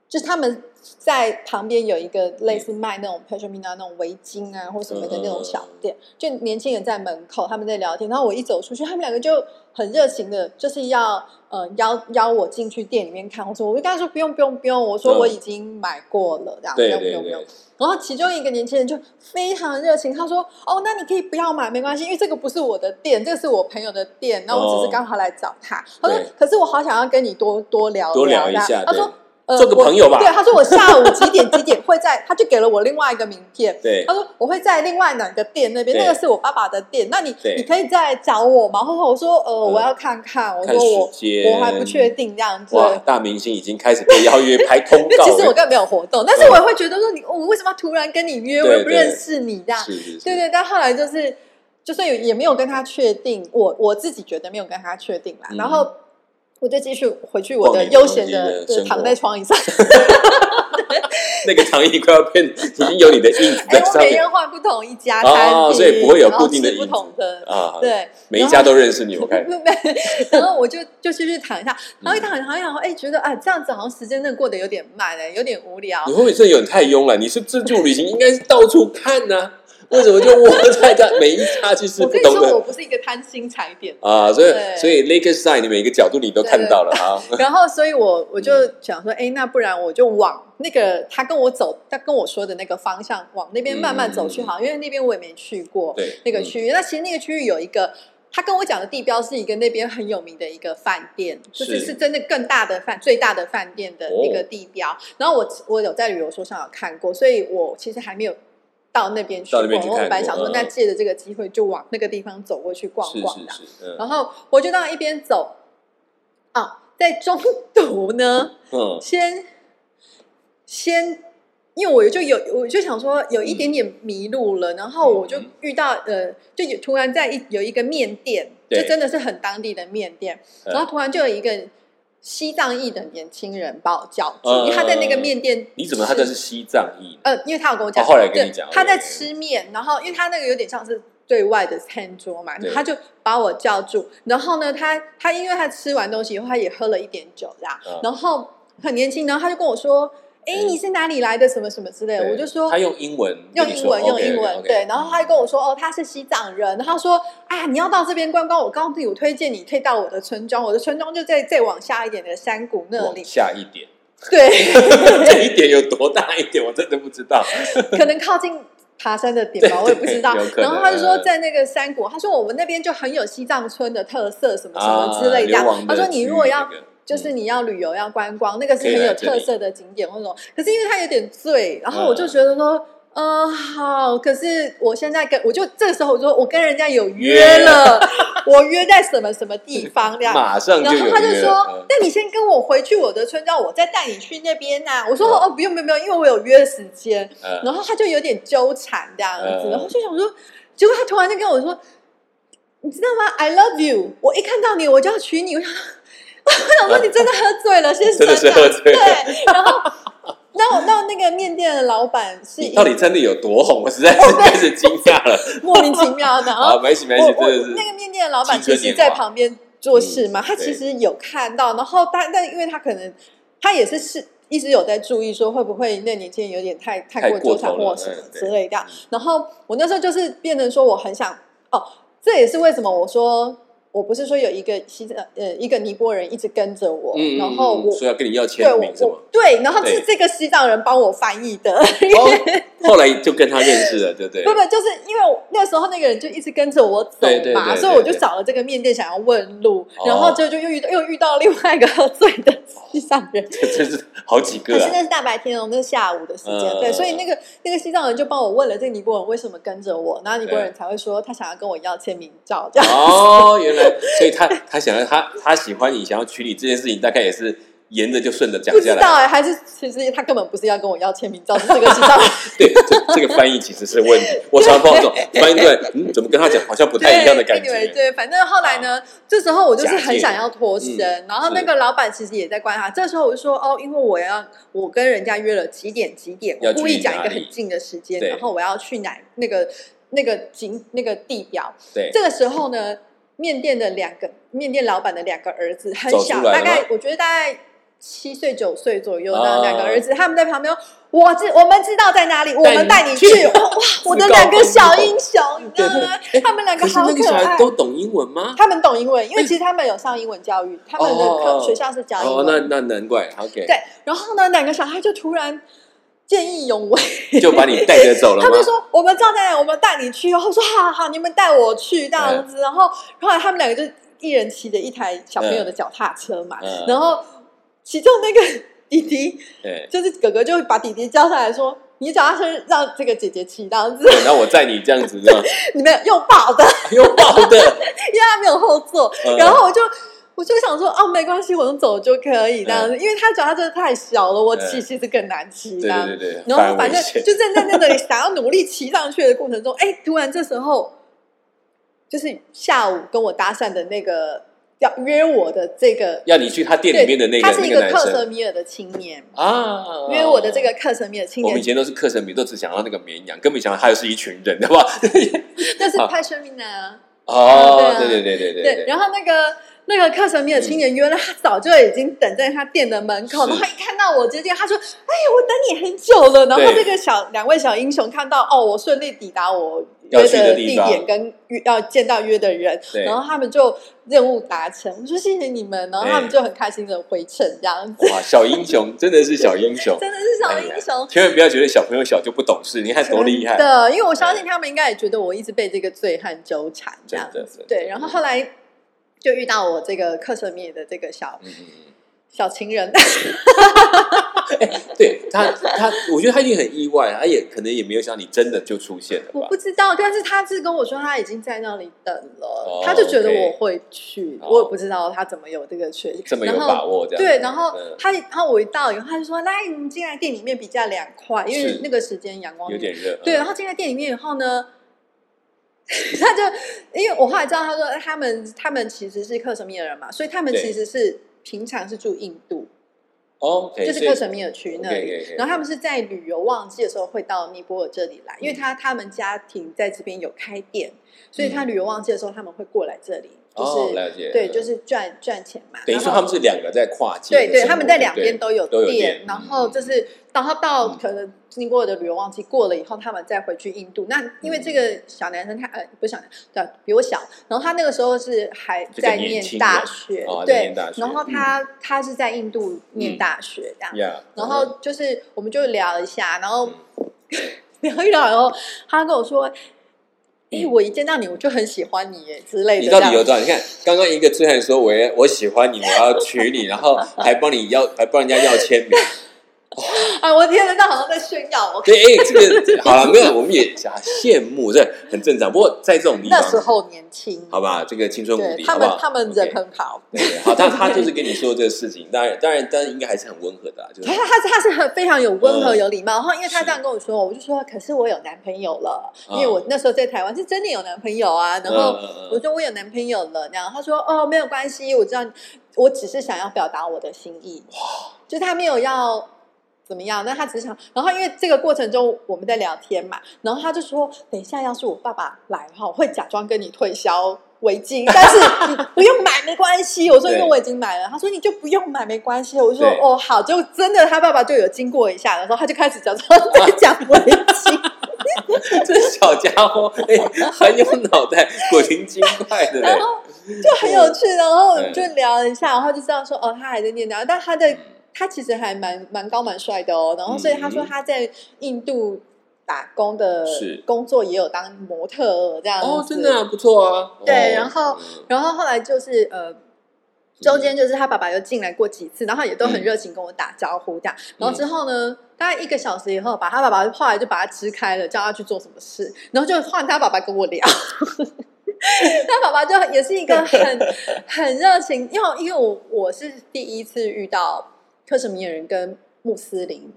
Speaker 2: 就他们在旁边有一个类似卖那种 p e s h m i n a 那种围巾啊或什么的那种小店，就年轻人在门口他们在聊天，然后我一走出去，他们两个就很热情的，就是要呃邀邀我进去店里面看，我说我就跟他说不用不用不用，我说
Speaker 1: 嗯
Speaker 2: 我已经买过了，这样不
Speaker 1: 对
Speaker 2: 用不
Speaker 1: 嗯对
Speaker 2: 用不用
Speaker 1: 对。，
Speaker 2: 然后呃其中一个年轻人就非常热情，他说：“哦，那你可以不要买，没关系，因为这个不是我的店，这个是我朋友的店，那我只
Speaker 1: 哦
Speaker 2: 是刚好来找他。他说
Speaker 1: 对：“
Speaker 2: 可是我好想要跟你多多聊
Speaker 1: 多聊一
Speaker 2: 的
Speaker 1: 下
Speaker 2: 他
Speaker 1: 对
Speaker 2: 说：“呃，
Speaker 1: 做个
Speaker 2: 我
Speaker 1: 朋友吧
Speaker 2: 对，他说：“我下午几点几点会在？”他就给了我另外一个名片。
Speaker 1: 对
Speaker 2: 他，说：“我会在另外哪个店那边，
Speaker 1: 对
Speaker 2: 那个是我爸爸的店，那你
Speaker 1: 对
Speaker 2: 你可以再找我吗？”或者我说：“呃，
Speaker 1: 嗯
Speaker 2: 我要看看，我
Speaker 1: 看
Speaker 2: 说我
Speaker 1: 时间，
Speaker 2: 我还不确。定这样子。”
Speaker 1: 哇，大明星已经开始被邀约拍通
Speaker 2: 因为
Speaker 1: 告了。
Speaker 2: *laughs* 其实我根本没有活动，但是我也会觉得说你，我为什么要突然跟你约？
Speaker 1: 对
Speaker 2: 我又不
Speaker 1: 对
Speaker 2: 认识你这样。
Speaker 1: 是是是，
Speaker 2: 对对，但后来就是就是也没有跟他确定，我我自己觉得没有跟他确定啦。
Speaker 1: 嗯
Speaker 2: 然后我就继续回去我
Speaker 1: 逛
Speaker 2: 的
Speaker 1: 你的
Speaker 2: 悠闲
Speaker 1: 东西
Speaker 2: 的
Speaker 1: 的生活
Speaker 2: 躺在床
Speaker 1: *laughs*
Speaker 2: 椅上，
Speaker 1: 那个长椅快要变，已经有你的印子
Speaker 2: 哎，
Speaker 1: 在
Speaker 2: 我
Speaker 1: 上
Speaker 2: 每
Speaker 1: 面
Speaker 2: 天换不同一家餐
Speaker 1: 哦
Speaker 2: 厅，
Speaker 1: 所以不会有固定的
Speaker 2: 然后吃
Speaker 1: 椅
Speaker 2: 不同的，
Speaker 1: 啊。，
Speaker 2: 对，
Speaker 1: 每一家都认识你，我
Speaker 2: *laughs*
Speaker 1: 看
Speaker 2: 不不，然后我就就继续躺一下，
Speaker 1: 嗯
Speaker 2: 然后一躺一躺一躺，哎，觉得啊，这样子好像时间真的过得有点慢哎，有点无聊
Speaker 1: 你。会不会这有点太慵了？你是自助旅行，应该是到处看呐、为什么就窝在家每一家去吃
Speaker 2: 我
Speaker 1: 不
Speaker 2: 跟你
Speaker 1: 同
Speaker 2: 说，
Speaker 1: 的
Speaker 2: 我不是一个贪心踩点的，
Speaker 1: 啊？所以
Speaker 2: 对
Speaker 1: 所以 Lakers side 你每一个角度你都看到了啊。 *laughs*
Speaker 2: 然后所以我我
Speaker 1: 嗯
Speaker 2: 就想说，哎，那不然我就往那个他跟我走，他跟我说的那个方向往那边慢慢走去
Speaker 1: 嗯
Speaker 2: 好，因为那边我也没去过 *laughs*
Speaker 1: 对，
Speaker 2: 那个
Speaker 1: 嗯
Speaker 2: 区域。那其实那个区域有一个。他跟我讲的地标是一个那边很有名的一个饭店，就是
Speaker 1: 是
Speaker 2: 是真的更大的饭最大的饭店的一个
Speaker 1: 哦
Speaker 2: 地标。然后我我有在旅游书上有看过，所以我其实还没有到那边去
Speaker 1: 到
Speaker 2: 过。
Speaker 1: 那边去
Speaker 2: 我
Speaker 1: 看
Speaker 2: 本来
Speaker 1: 过
Speaker 2: 想说，
Speaker 1: 嗯
Speaker 2: 那借着这个机会就往那个地方走过去逛
Speaker 1: 是
Speaker 2: 逛的。
Speaker 1: 是是，嗯
Speaker 2: 然后我就到一边走，啊，在中途呢，
Speaker 1: 嗯，
Speaker 2: 先先，因为我就有我就想说有一点点迷路了，然后我就
Speaker 1: 嗯
Speaker 2: 遇到呃，就有突然在一有一个面店，就
Speaker 1: 对
Speaker 2: 真的是很当地的面店，
Speaker 1: 嗯
Speaker 2: 然后突然就有一个。西藏裔的年轻人把我叫住，
Speaker 1: 嗯
Speaker 2: 因为他在那个面店吃，
Speaker 1: 你怎么他这是西藏裔？
Speaker 2: 呃，因为他有跟我讲，
Speaker 1: 哦后来跟你
Speaker 2: 对
Speaker 1: 讲
Speaker 2: 他在
Speaker 1: OK，OK
Speaker 2: 吃面，然后因为他那个有点像是对外的餐桌嘛，
Speaker 1: 对
Speaker 2: 他就把我叫住，然后呢，他他因为他吃完东西以后，他也喝了一点酒啦，
Speaker 1: 嗯
Speaker 2: 然后很年轻，然后他就跟我说：“哎、
Speaker 1: 嗯
Speaker 2: 你是哪里来的？什么什么之类的。”
Speaker 1: 对
Speaker 2: 我就说
Speaker 1: 他。用英文跟
Speaker 2: 用
Speaker 1: 你
Speaker 2: 英
Speaker 1: 说，
Speaker 2: 文，用
Speaker 1: OK，OK，OK
Speaker 2: 英文，对，然后他就跟我说，哦，他是西藏人，然后他说，啊，你要到这边观光，我告诉你，我推荐你可以到我的村庄，我的村庄就在再往下一点的山谷那
Speaker 1: 往
Speaker 2: 里，
Speaker 1: 下一点，
Speaker 2: 对，
Speaker 1: *laughs* 这一点有多大一点，我真的不知
Speaker 2: *laughs*
Speaker 1: 道。 *laughs*
Speaker 2: 可能靠近爬山的点吧，我也不知道
Speaker 1: 有。可能嗯
Speaker 2: 然后他就说在那个山谷，他说我们那边就很有西藏村的特色，什么什么之类的。
Speaker 1: 啊流亡
Speaker 2: 他
Speaker 1: 的
Speaker 2: 说你如果要
Speaker 1: 区域那个
Speaker 2: 就是你要旅游要观光，那个是很
Speaker 1: 可以
Speaker 2: 有
Speaker 1: 来这里
Speaker 2: 特色的景点或者什么。可是因为他有点醉，然后我就
Speaker 1: 嗯
Speaker 2: 觉得说。嗯，好。可是我现在跟我就这个时候我说我跟人家有约
Speaker 1: 约
Speaker 2: 了， *laughs* 我约在什么什么地方这样。
Speaker 1: 马上就
Speaker 2: 然
Speaker 1: 有
Speaker 2: 后他就
Speaker 1: 约
Speaker 2: 说
Speaker 1: 了：“嗯
Speaker 2: 那你先跟我回去我的村庄，我再带你去那边呐、我说：“
Speaker 1: 嗯
Speaker 2: 哦，不用不用不用，因为我有约时间。”
Speaker 1: *laughs* 嗯嗯
Speaker 2: 然后他就有点纠缠这样子，
Speaker 1: 嗯
Speaker 2: 然后就想说，结果他突然就跟我说，你知道吗？I love you，我一看到你我就要娶你，我想， *laughs* 我想说你真的喝醉了，先生、啊，
Speaker 1: 真的是喝醉了
Speaker 2: 对，然后。 *laughs* 那我那那个面店的老板是
Speaker 1: 你
Speaker 2: 一
Speaker 1: 到底真的有多红？我实在
Speaker 2: *laughs*
Speaker 1: 是开始惊讶了。
Speaker 2: 莫名其
Speaker 1: *laughs*
Speaker 2: 妙的，然后
Speaker 1: 啊，没事没
Speaker 2: 我
Speaker 1: 事，
Speaker 2: 我
Speaker 1: 真的是
Speaker 2: 那个面店的老
Speaker 1: 青
Speaker 2: 板其
Speaker 1: 春
Speaker 2: 实
Speaker 1: 年
Speaker 2: 在
Speaker 1: 华
Speaker 2: 旁边做事嘛，
Speaker 1: 嗯
Speaker 2: 他其
Speaker 1: 对
Speaker 2: 实有看到，然后他但因为他可能他也是是一直有在注意说会不会那年轻人有点太太
Speaker 1: 太
Speaker 2: 过
Speaker 1: 过
Speaker 2: 纠缠
Speaker 1: 头了
Speaker 2: 或什么
Speaker 1: 嗯对
Speaker 2: 之类的。然后我那时候就是变成说我很想哦，这也是为什么我说。我不是说有一个西藏呃一个尼泊尔人一直跟着我，
Speaker 1: 嗯，
Speaker 2: 然后我
Speaker 1: 说要跟你要
Speaker 2: 对
Speaker 1: 签
Speaker 2: 我
Speaker 1: 名是吗
Speaker 2: 我？对，然后是
Speaker 1: 对
Speaker 2: 这个西藏人帮我翻译的， *laughs*
Speaker 1: 哦，后来就跟他认识了，对不对
Speaker 2: 不？不，就是因为我那时候那个人就一直跟着我走
Speaker 1: 对对
Speaker 2: 嘛，
Speaker 1: 对
Speaker 2: 所以我就
Speaker 1: 对对
Speaker 2: 找了这个面店想要问路，
Speaker 1: 哦
Speaker 2: 然后就就又遇到又遇到另外一个喝醉的西藏人。
Speaker 1: 这 *laughs* 真是好几
Speaker 2: 可
Speaker 1: 个
Speaker 2: 是
Speaker 1: 啊！
Speaker 2: 那是大白天哦，那是下午的时间，
Speaker 1: 嗯
Speaker 2: 对，
Speaker 1: 嗯
Speaker 2: 所以
Speaker 1: 嗯
Speaker 2: 那个那个西藏人就帮我问了这个尼泊尔为什么跟着我，然后尼泊尔人
Speaker 1: 对
Speaker 2: 才会说他想要跟我要签名照，这样
Speaker 1: 哦，原来，所以他他想要他他喜欢你，想要娶你这件事情，大概也是沿着就顺着讲
Speaker 2: 不
Speaker 1: 下
Speaker 2: 知
Speaker 1: 来
Speaker 2: 道。哎、还是其实他根本不是要跟我要签名照，是这个西藏人
Speaker 1: *laughs* 对，这这个翻译其实是问题。我常常碰到这种翻译出来，嗯，怎么跟他讲好像不太一样的感
Speaker 2: 对，anyway，
Speaker 1: 觉。
Speaker 2: 对，反正后来呢，这时候我就是很想要脱
Speaker 1: 假借
Speaker 2: 身，然后那个老板其实也在观察。这时候我就说，哦，因为我要我跟人家约了几点几点，我
Speaker 1: 要去
Speaker 2: 故意讲一个
Speaker 1: 哪里
Speaker 2: 很近的时间，
Speaker 1: 对
Speaker 2: 然后我要去哪那个那个景那个地标。
Speaker 1: 对，
Speaker 2: 这个时候呢，面店的两个面店老板的两个儿子很
Speaker 1: 走出
Speaker 2: 小，
Speaker 1: 来
Speaker 2: 大
Speaker 1: 了
Speaker 2: 概
Speaker 1: 吗
Speaker 2: 我觉得大概七岁九岁左右，那
Speaker 1: 啊
Speaker 2: 两个儿子他们在旁边。我知我们知道在哪里，我
Speaker 1: 带
Speaker 2: 们
Speaker 1: 你
Speaker 2: 带你
Speaker 1: 去
Speaker 2: 去。哇，我的
Speaker 1: 自告
Speaker 2: 两个
Speaker 1: 奋
Speaker 2: 小
Speaker 1: 勇
Speaker 2: 英雄，你知
Speaker 1: 对
Speaker 2: 道
Speaker 1: 对
Speaker 2: 吗？
Speaker 1: 哎
Speaker 2: 他们两个
Speaker 1: 可是
Speaker 2: 好
Speaker 1: 那个
Speaker 2: 可
Speaker 1: 小孩
Speaker 2: 爱。
Speaker 1: 都懂英文吗？
Speaker 2: 他们懂英文，因为其实他们有上英文教育，他们的课
Speaker 1: 哦
Speaker 2: 学校是教英
Speaker 1: 哦，
Speaker 2: 文。
Speaker 1: 那那难怪，OK，
Speaker 2: 对，然后呢，两个小孩就突然见义勇为，
Speaker 1: *laughs* 就把你带着走了
Speaker 2: 他
Speaker 1: 吗
Speaker 2: 就？说：“我们赵奶奶，我们带你去。”然后我哦说：“好好好，你们带我去这样
Speaker 1: 嗯
Speaker 2: 子。”然后后来他们两个就一人骑着一台小朋友的脚踏车嘛，
Speaker 1: 嗯
Speaker 2: 然后其中那个弟弟
Speaker 1: 对，
Speaker 2: 就是哥哥，就会把弟弟叫上来说：“你脚踏车让这个姐姐骑，这样子，
Speaker 1: 然后我载你这样子，这 *laughs* 样
Speaker 2: 你们用跑的，
Speaker 1: 又抱的，
Speaker 2: 因为他没有后座。”
Speaker 1: 嗯
Speaker 2: *laughs* 然后我就我就想说，哦，没关系，我用走就可以这样子，因为他脚踏车太小了，我骑
Speaker 1: 嗯
Speaker 2: 其实更难骑这
Speaker 1: 对
Speaker 2: 样。
Speaker 1: 对对对，
Speaker 2: 然后反
Speaker 1: 危
Speaker 2: 正
Speaker 1: 险。
Speaker 2: 就正在那里想要努力骑上去的过程中，哎，突然这时候就是下午跟我搭讪的那个要约我的这个，
Speaker 1: 要你去他店里面的那
Speaker 2: 对
Speaker 1: 个
Speaker 2: 他是
Speaker 1: 那
Speaker 2: 一
Speaker 1: 个男
Speaker 2: 克什
Speaker 1: 生
Speaker 2: 米尔的青年，
Speaker 1: 啊，
Speaker 2: 约我的这个。克什米尔青
Speaker 1: 我们以
Speaker 2: 年
Speaker 1: 前都是课程迷，都只想要那个绵羊，根本想到他又是一群人，
Speaker 2: *laughs*
Speaker 1: 对吧？
Speaker 2: 就是
Speaker 1: 啊
Speaker 2: Pashmina，
Speaker 1: 哦，
Speaker 2: 对啊
Speaker 1: 对对对对嗯
Speaker 2: 对，，然后那个那个克什米尔青年约了，他早就已经等在他店的门口，
Speaker 1: 是
Speaker 2: 然后一看到我直接他说：“哎呀，我等你很久了。”然后
Speaker 1: 对
Speaker 2: 这个小两位小英雄看到哦，我顺利抵达我
Speaker 1: 要
Speaker 2: 约
Speaker 1: 去的
Speaker 2: 的
Speaker 1: 地
Speaker 2: 地
Speaker 1: 方
Speaker 2: 点跟约要见到约的人，
Speaker 1: 对
Speaker 2: 然后他们就任务达成。我说谢谢你们，然后他
Speaker 1: 哎
Speaker 2: 们就很开心的回程这样子，
Speaker 1: 哇，小英
Speaker 2: *laughs*
Speaker 1: 雄真的是小英雄，
Speaker 2: 真的是小英雄。
Speaker 1: 千万不要觉得小朋友小就不懂事，你看哎多厉害，哎
Speaker 2: 的，因为我相信他们应该也觉得我一直被这个醉汉纠缠这样
Speaker 1: 真的
Speaker 2: 子
Speaker 1: 真的。
Speaker 2: 对，然后后来就遇到我这个克什米尔的这个小
Speaker 1: 嗯嗯嗯。
Speaker 2: 小情人，
Speaker 1: 对他，他，我觉得他一定很意外，他也可能也没有想到你真的就出现了
Speaker 2: 我
Speaker 1: 吧
Speaker 2: 不？知道，但是他是跟我说他已经在那里等了，
Speaker 1: 哦
Speaker 2: 他就觉得
Speaker 1: OK
Speaker 2: 我会去，
Speaker 1: 哦
Speaker 2: 我也不知道他怎么有这个确信，
Speaker 1: 这么有
Speaker 2: 然后
Speaker 1: 把握这样子？
Speaker 2: 对，然后
Speaker 1: 嗯
Speaker 2: 他，然后我一到以后，他就说：“来，你们进来店里面比较凉快，因
Speaker 1: 是
Speaker 2: 为那个时间阳光
Speaker 1: 有点热，
Speaker 2: 对，
Speaker 1: 嗯
Speaker 2: 然后进来店里面以后呢，他就因为我后来知道，他说他们他们其实是克什米尔人嘛，所以他们
Speaker 1: 对
Speaker 2: 其实是平常是住印度，
Speaker 1: OK，
Speaker 2: 就是
Speaker 1: 所以
Speaker 2: 克什米尔区那
Speaker 1: OK，OK，OK
Speaker 2: 里。然后他们是在旅游旺季的时候会到尼泊尔这里来，因为
Speaker 1: 嗯
Speaker 2: 他他们家庭在这边有开店，所以他旅游旺季的时候他们会过来这里，就
Speaker 1: 嗯哦，
Speaker 2: 是
Speaker 1: 了解，
Speaker 2: 对，
Speaker 1: 嗯
Speaker 2: 就是赚赚钱嘛。
Speaker 1: 等于说
Speaker 2: 然
Speaker 1: 他
Speaker 2: 后
Speaker 1: 们是两个在跨界的
Speaker 2: 对
Speaker 1: 生活，
Speaker 2: 对，他们在两边
Speaker 1: 都
Speaker 2: 都有
Speaker 1: 都有店嗯
Speaker 2: 然后就是当他到可能尼泊尔的旅游旺季过了以后，他们再回去印度。那因为这
Speaker 1: 嗯
Speaker 2: 个小男生他呃不是小男，对，比我小，然后他那个时候是还
Speaker 1: 这个
Speaker 2: 在
Speaker 1: 年
Speaker 2: 念
Speaker 1: 轻人
Speaker 2: 大学
Speaker 1: 哦，还在
Speaker 2: 对
Speaker 1: 念大，学嗯
Speaker 2: 然后他他是在印度念大学这样，
Speaker 1: 呀，
Speaker 2: 然后就是我们就聊一下，然后
Speaker 1: 嗯
Speaker 2: *laughs* 聊一聊，然后他跟我说。哎，
Speaker 1: 嗯
Speaker 2: 我一见到你，我就很喜欢你耶之类的。
Speaker 1: 你到
Speaker 2: 这
Speaker 1: 底
Speaker 2: 样
Speaker 1: 有多少？你看，刚刚一个醉汉说我也我喜欢你，我要娶你，然后还帮你要，还帮人家要签名。
Speaker 2: 哎，我天哪，那好像在炫耀我。
Speaker 1: 对，哎，这
Speaker 2: *laughs*
Speaker 1: 个好了，没有，我们也啊羡慕，这很正常。不过在这种地
Speaker 2: 那时
Speaker 1: 方，
Speaker 2: 候年轻，
Speaker 1: 好吧，这个青春无
Speaker 2: 对
Speaker 1: 敌，
Speaker 2: 他
Speaker 1: 好不
Speaker 2: 们
Speaker 1: 好？
Speaker 2: 他们
Speaker 1: OK
Speaker 2: 人很 *laughs* 好，
Speaker 1: 对对好，但他就是跟你说这个事情，当然，当然，当然应该还是很温和的啦，
Speaker 2: *laughs*
Speaker 1: 就是
Speaker 2: 他他是他是很非常有温和
Speaker 1: 嗯
Speaker 2: 有礼貌，然后因为他
Speaker 1: 是
Speaker 2: 这样跟我说，我就说可是我有男朋友了，
Speaker 1: 嗯
Speaker 2: 因为我那时候在台湾是真的有男朋友啊，然后
Speaker 1: 嗯嗯嗯 *laughs*
Speaker 2: 我说我有男朋友了，然后他说哦没有关系，我知道你，我只是想要表达我的心意，就是他没有要。怎么样？那他只是想，然后因为这个过程中我们在聊天嘛，然后他就说，等一下要是我爸爸来的话，我会假装跟你推销围巾，但是
Speaker 1: *laughs*
Speaker 2: 你不用买没关系。我说因为
Speaker 1: 对
Speaker 2: 我已经买了，他说你就不用买没关系。我就说
Speaker 1: 对
Speaker 2: 哦好，就真的他爸爸就有经过一下，然后他就开始假装在讲围巾，
Speaker 1: 这小家伙， *laughs* 哎，很有脑
Speaker 2: *laughs*
Speaker 1: 袋， *laughs* 古灵精怪的嘞
Speaker 2: 然。后就很有趣。然后我们就
Speaker 1: 对嗯
Speaker 2: 聊了一下，然后就知道说哦他还在念大学，但他的他其实还蛮蛮高蛮帅的哦。然后所以他说
Speaker 1: 嗯
Speaker 2: 他在印度打工的
Speaker 1: 是
Speaker 2: 工作也有当模特儿这样子。
Speaker 1: 哦，真的啊不错啊。
Speaker 2: 对
Speaker 1: 哦
Speaker 2: 然后
Speaker 1: 嗯
Speaker 2: 然后后来就是呃，中间就是他爸爸又进来过几次，然后也都
Speaker 1: 嗯
Speaker 2: 很热情跟我打招呼这样。然后之后呢，大概一个小时以后，把他爸爸后来就把他支开了，叫他去做什么事，然后就换他爸爸跟我聊。 *laughs* 他爸爸就也是一个很很热情，因为因为我我是第一次遇到克什米尔人跟穆斯林，